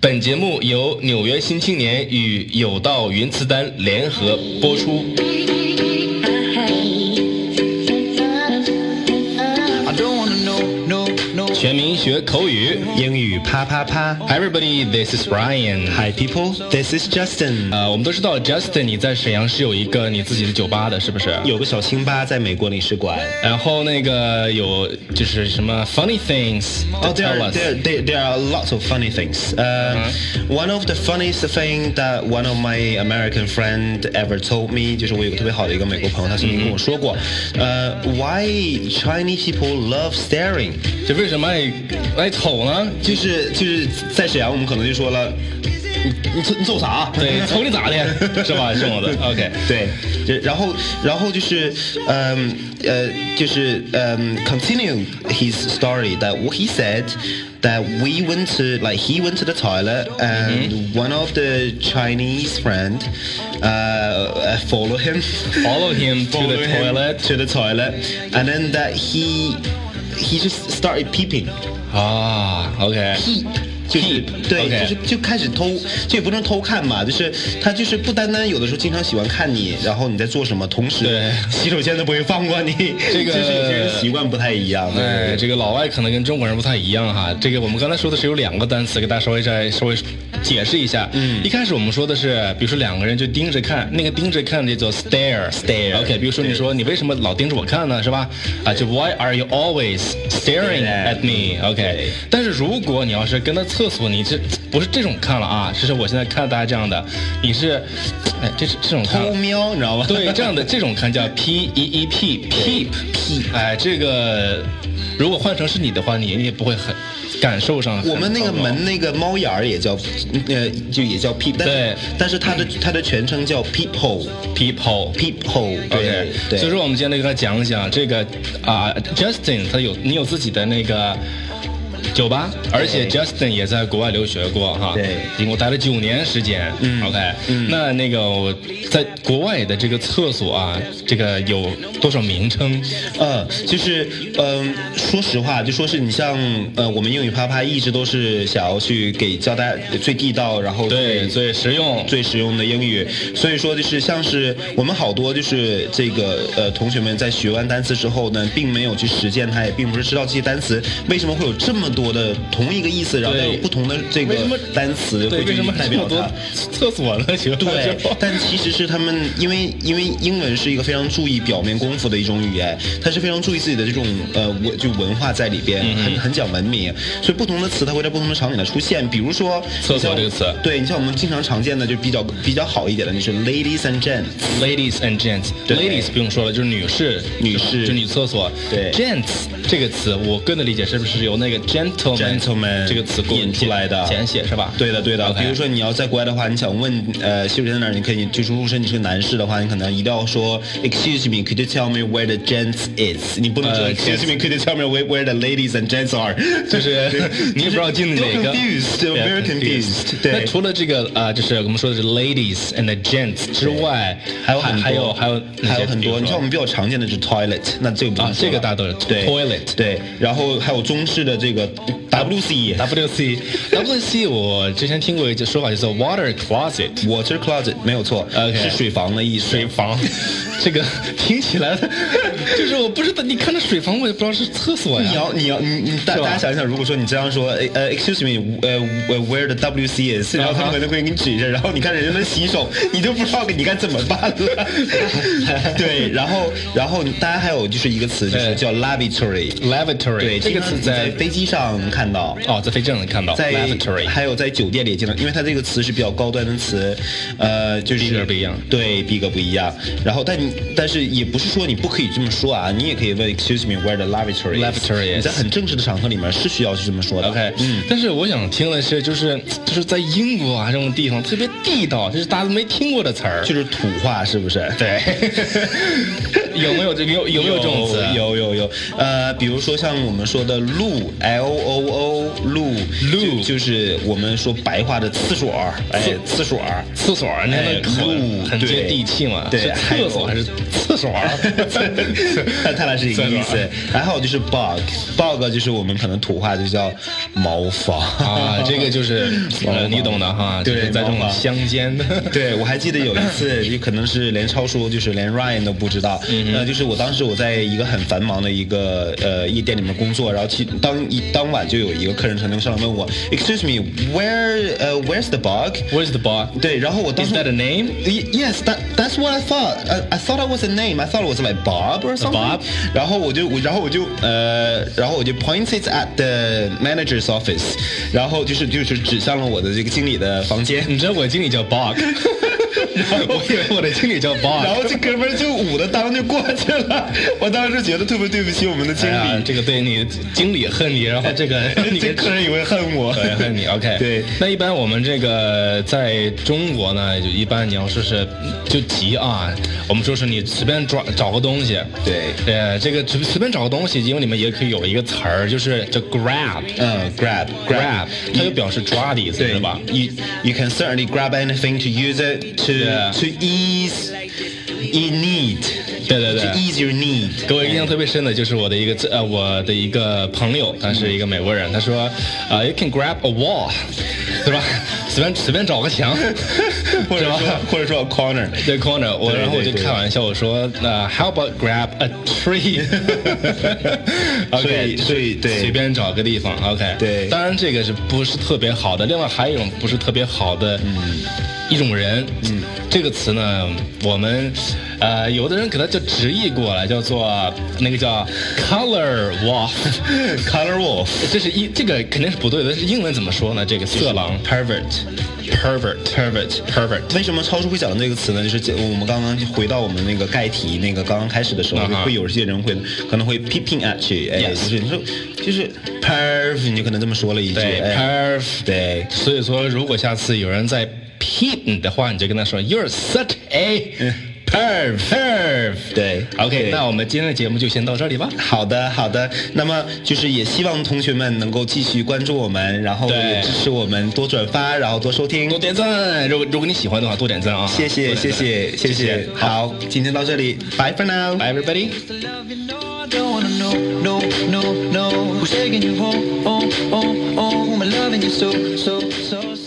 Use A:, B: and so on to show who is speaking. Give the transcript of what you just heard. A: 本节目由《纽约新青年》与有道云磁单联合播出。
B: I don't wanna know, no, no.
A: 全民学口语
C: 英语啪啪啪
A: ，Everybody, this is Brian。
C: ，Hi people, this is Justin。
A: 呃，我们都知道，Justin，你在沈阳是有一个你自己的酒吧的，是不是？。
C: 有个小清吧在美国领事馆。
A: 然后那个有就是什么 funny things to
C: Oh, there
A: tell
C: are,
A: us。
C: there, there, there are lots of funny things. Uh,
A: Uh-huh.
C: One of the funniest thing that one of my American friend ever told me，就是我有个特别好的一个美国朋友，他曾经跟我说过，呃、w h y Chinese people love staring？
A: 就为什么爱爱瞅呢？
C: 就是就是在沈阳，我们可能就说了，你你瞅你瞅啥？
A: 对，瞅你咋 的，是吧，兄弟？OK。
C: 对，就然后然后就是嗯呃就是嗯 continue his story that what he said that we went to like he went to the toilet and
A: Mm-hmm.
C: one of the Chinese friend uh, uh follow him
A: Follow him to
C: Follow
A: the
C: him
A: toilet.
C: to the toilet and then that he he just started peeping
A: 啊，OK。
C: peep，就是
A: Peep，
C: 对
A: OK
C: 就是就开始偷，这也不能偷看吧，就是他就是不单单有的时候经常喜欢看你，然后你在做什么，同时
A: 对
C: 洗手间都不会放过你，
A: 这个
C: 就是有些人习惯不太一样。
A: 哎，这个老外可能跟中国人不太一样哈。这个我们刚才说的是有两个单词，给大家稍微再稍微解释一下。嗯，一开始我们说的是，比如说两个人就盯着看，那个盯着看这叫 stare
C: Stare
A: OK，比如说你说你为什么老盯着我看呢？是吧？啊，就 Why are you always staring
C: 对
A: at me？OK，、OK，但是如果你要是跟他厕所，你这不是这种看了啊，这是我现在看大家这样的，你是，哎，这是这种看了
C: 偷瞄，你知道吗？
A: 对，这样的这种看叫 P E E P peep peep，哎，这个如果换成是你的话，你你也不会很感受上很
C: 我们那个
A: 糟糕
C: 门那个猫眼儿也叫，呃，就也叫 peep，但
A: 对
C: 是但是它的它的全称叫 peep hole，peep
A: people。
C: hole，对
A: OK，
C: 对，
A: 所以说我们今天来给他讲一讲这个啊、j u s t i n 他有你有自己的那个酒吧，而且 Justin 也在国外留学过哈，
C: 对
A: 一共待了九年时间。嗯，OK，那那个我在国外的这个厕所啊，这个有多少名称？
C: 嗯，就是嗯、说实话，就说是你像呃，我们英语啪啪一直都是想要去给教大家最地道，然后
A: 对，
C: 最
A: 最实用，
C: 最实用的英语。所以说就是像是我们好多就是这个呃同学们在学完单词之后呢，并没有去实践它，也并不是知道这些单词为什么会有这么多的同一个意思，然后
A: 对
C: 有不同的这个
A: 为什么
C: 单词
A: 对，
C: 会
A: 为
C: 去
A: 什么
C: 代
A: 这
C: 表
A: 么多
C: 它。
A: 厕所 呢？学完
C: 对
A: 之后，
C: 但其实是他们，因为因为英文是一个非常注意表面功夫的一种语言，它是非常注意自己的这种呃文就文化在里
A: 嗯
C: 边，很很讲文明，所以不同的词它会在不同的场景来出现。比如说
A: 厕所
C: 你像
A: 这个词
C: 对你像我们经常常见的就比较比较好一点的，就是 ladies and gents，
A: Ladies and gents,
C: 对
A: ladies 不用说了，就是女士，
C: 女
A: 是吧
C: 士
A: 就女厕所。
C: 对
A: ，gents 这个词，我个人的理解是不是由那个 gentleman
C: Gentleman
A: 这个词给我
C: 引出来的
A: 简写是吧？
C: 对的对的。
A: OK
C: 比如说你要在国外的话，你想问呃洗手间在哪儿，你可以就是如果说你是个男士的话，你可能一定要说 excuse me，could you tell me where the gents is？你不能说
A: 呃
C: excuse
A: gents
C: me，could you tell me where where the ladies and gents are？
A: 就是 你也不知道进哪个
C: They're confused, they're very
A: Yeah,
C: confused. 对
A: 那除了这个啊、呃就是我们说的是 ladies and gents 之外，
C: 还有很多
A: 还有还有哪些
C: 还有很
A: 比如
C: 多，
A: 说
C: 你像我们比较常见的就是 toilet，那这个不用
A: 啊
C: 说
A: 这个
C: 了
A: 大家都有
C: 对
A: toilet
C: 对，然后还有中式的这个 E，WC
A: E WC WC，我之前听过一句说法叫做 water closet。
C: water closet 没有错
A: OK
C: 是水房的意思。
A: 水房， 这个听起来 就是我不知道，你看这水房，我也不知道是厕所
C: 你
A: 呀。
C: 要你要你你大
A: 是吧
C: 大家想一想，如果说你这样说，哎呃，excuse me，呃，where the WC is，然后他
A: 啊哈
C: 们可能会给你指一下，然后你看人家在洗手，你就不知道你该怎么 办了。对，然后然后大家还有就是一个词，就是
A: 对
C: 叫 lavatory，
A: Lavatory
C: 对，
A: 这个
C: 经常
A: 词
C: 你
A: 在
C: 在飞机上看到。
A: 哦，在飞机上能看到
C: 在
A: lavatory，
C: 还有在酒店里也经常，因为它这个词是比较高端的词，呃，就是
A: 逼格不一样
C: 对，逼格不一样。然后，但你但是也不是说你不可以这么说啊，你也可以问 Excuse me, where the lavatory? is？
A: Lavatory is
C: 你在很正式的场合里面是需要去这么说的。
A: OK，嗯，但是我想听的是，就是就是在英国啊这种地方特别地道，就是大家都没听过的词 儿。
C: 就是土话是不是？
A: 对，有没有这有有没有这种词？
C: 有有有，呃，比如说像我们说的路 L o o 路
A: 路
C: 就就是我们说白话的厕所儿，哎，厕所儿，
A: 厕所儿，你看那口
C: 路
A: 很
C: 对
A: 接地气嘛，
C: 哎对
A: 是厕所还是厕所啊 儿？
C: 它它俩是一个意思。还好就是 bug，bug 就是我们可能土话就叫茅房
A: 啊，这个就是呃，你懂的哈，
C: 对
A: 就是在这
C: 毛
A: 种
C: 发
A: 乡间 的，
C: 对，我还记得有一 次，就可能是连超叔，就是连 Ryan 都不知道。
A: 嗯
C: 呃，就是我当时我在一个很繁忙的一个呃夜店里面工作，然后其当一当晚就有一个客人曾经上来问我，Excuse me，where 呃、where's the bug？
A: Where's the bar？
C: 对，然后我当时
A: Is that a name？
C: Y- Yes, that that's what I thought. I, I thought I was a name. I thought it was like Bob or something.
A: Bob?
C: 然后我就我然后我就呃，然后我就 pointed at the manager's office，然后就是就是指向了我的这个经理的房间。
A: 你知道我经理叫 Bog，我以为我的经理叫 Bog，
C: 然后这哥们儿就捂着裆就过去了， 我当时觉得特别对不起我们的经
A: 哎呀，
C: 理，
A: 这个对你经理恨你，然后这个你
C: 这
A: 跟
C: 客人也会恨我。
A: 对，恨你。OK，
C: 对
A: 那一般我们这个在中国呢，就一般你要说是就急啊，我们说是你随便抓找个东西，
C: 对
A: 呃，这个随随便找个东西，因为你们也可以有一个词儿，就是叫 grab。
C: 嗯，grab
A: Grab，它就表示抓的意思，
C: 对
A: 是吧？
C: You you can certainly grab anything to use it to
A: Yeah.
C: to ease in need.
A: 对对对
C: To ease your need.
A: 给我印 象特别深的就是我的一个呃，我的一个朋友，他是一个美国人，他说，呃，you can grab a wall，对吧？随便随便找个墙，
C: 或
A: 是
C: 者
A: 吧？
C: 说 或者说 corner，
A: 对 corner，我
C: 对
A: 然后我就
C: 对对
A: 开玩笑我说，那 how about grab a tree？
C: 所
A: OK，
C: 以所以对
A: 随便找个地方，OK，
C: 对
A: 当然这个是不是特别好的？另外还有一种不是特别好的，
C: 嗯
A: 一种人，嗯，这个词呢，我们呃有的人给它就直译过来，叫做那个叫 color wolf，
C: color wolf
A: 这是英这个肯定是不对的，是英文怎么说呢？这个色狼
C: pervert。
A: pervert，pervert，pervert，
C: 为什么超叔会讲到这个词呢？就是我们刚刚回到我们那个盖题那个刚刚开始的时候
A: 啊哈，
C: 会有一些人会可能会 peeping at you，哎，
A: Yes
C: 就是你说就是 perv，你就可能这么说了一句，
A: 对
C: 哎
A: ，perv，
C: 对，
A: 所以说，如果下次有人在 p 你的话，你就跟他说 You're such a perv perv。
C: 对
A: ，OK，
C: 对
A: 那我们今天的节目就先到这里吧。
C: 好的，好的。那么就是也希望同学们能够继续关注我们，然后
A: 对
C: 也支持我们，多转发，然后多收听
A: 多。点赞，如果如果你喜欢的话，多点赞啊！
C: 谢
A: 多
C: 谢，谢
A: 点赞
C: 谢，谢
A: 谢
C: 谢。好，今天到这里，bye for now。
A: ，Bye everybody。
B: love you know I don't wanna know, no, Oh, no, no. Who's taking you home, home, home, home? I'm loving you so, so, so, so.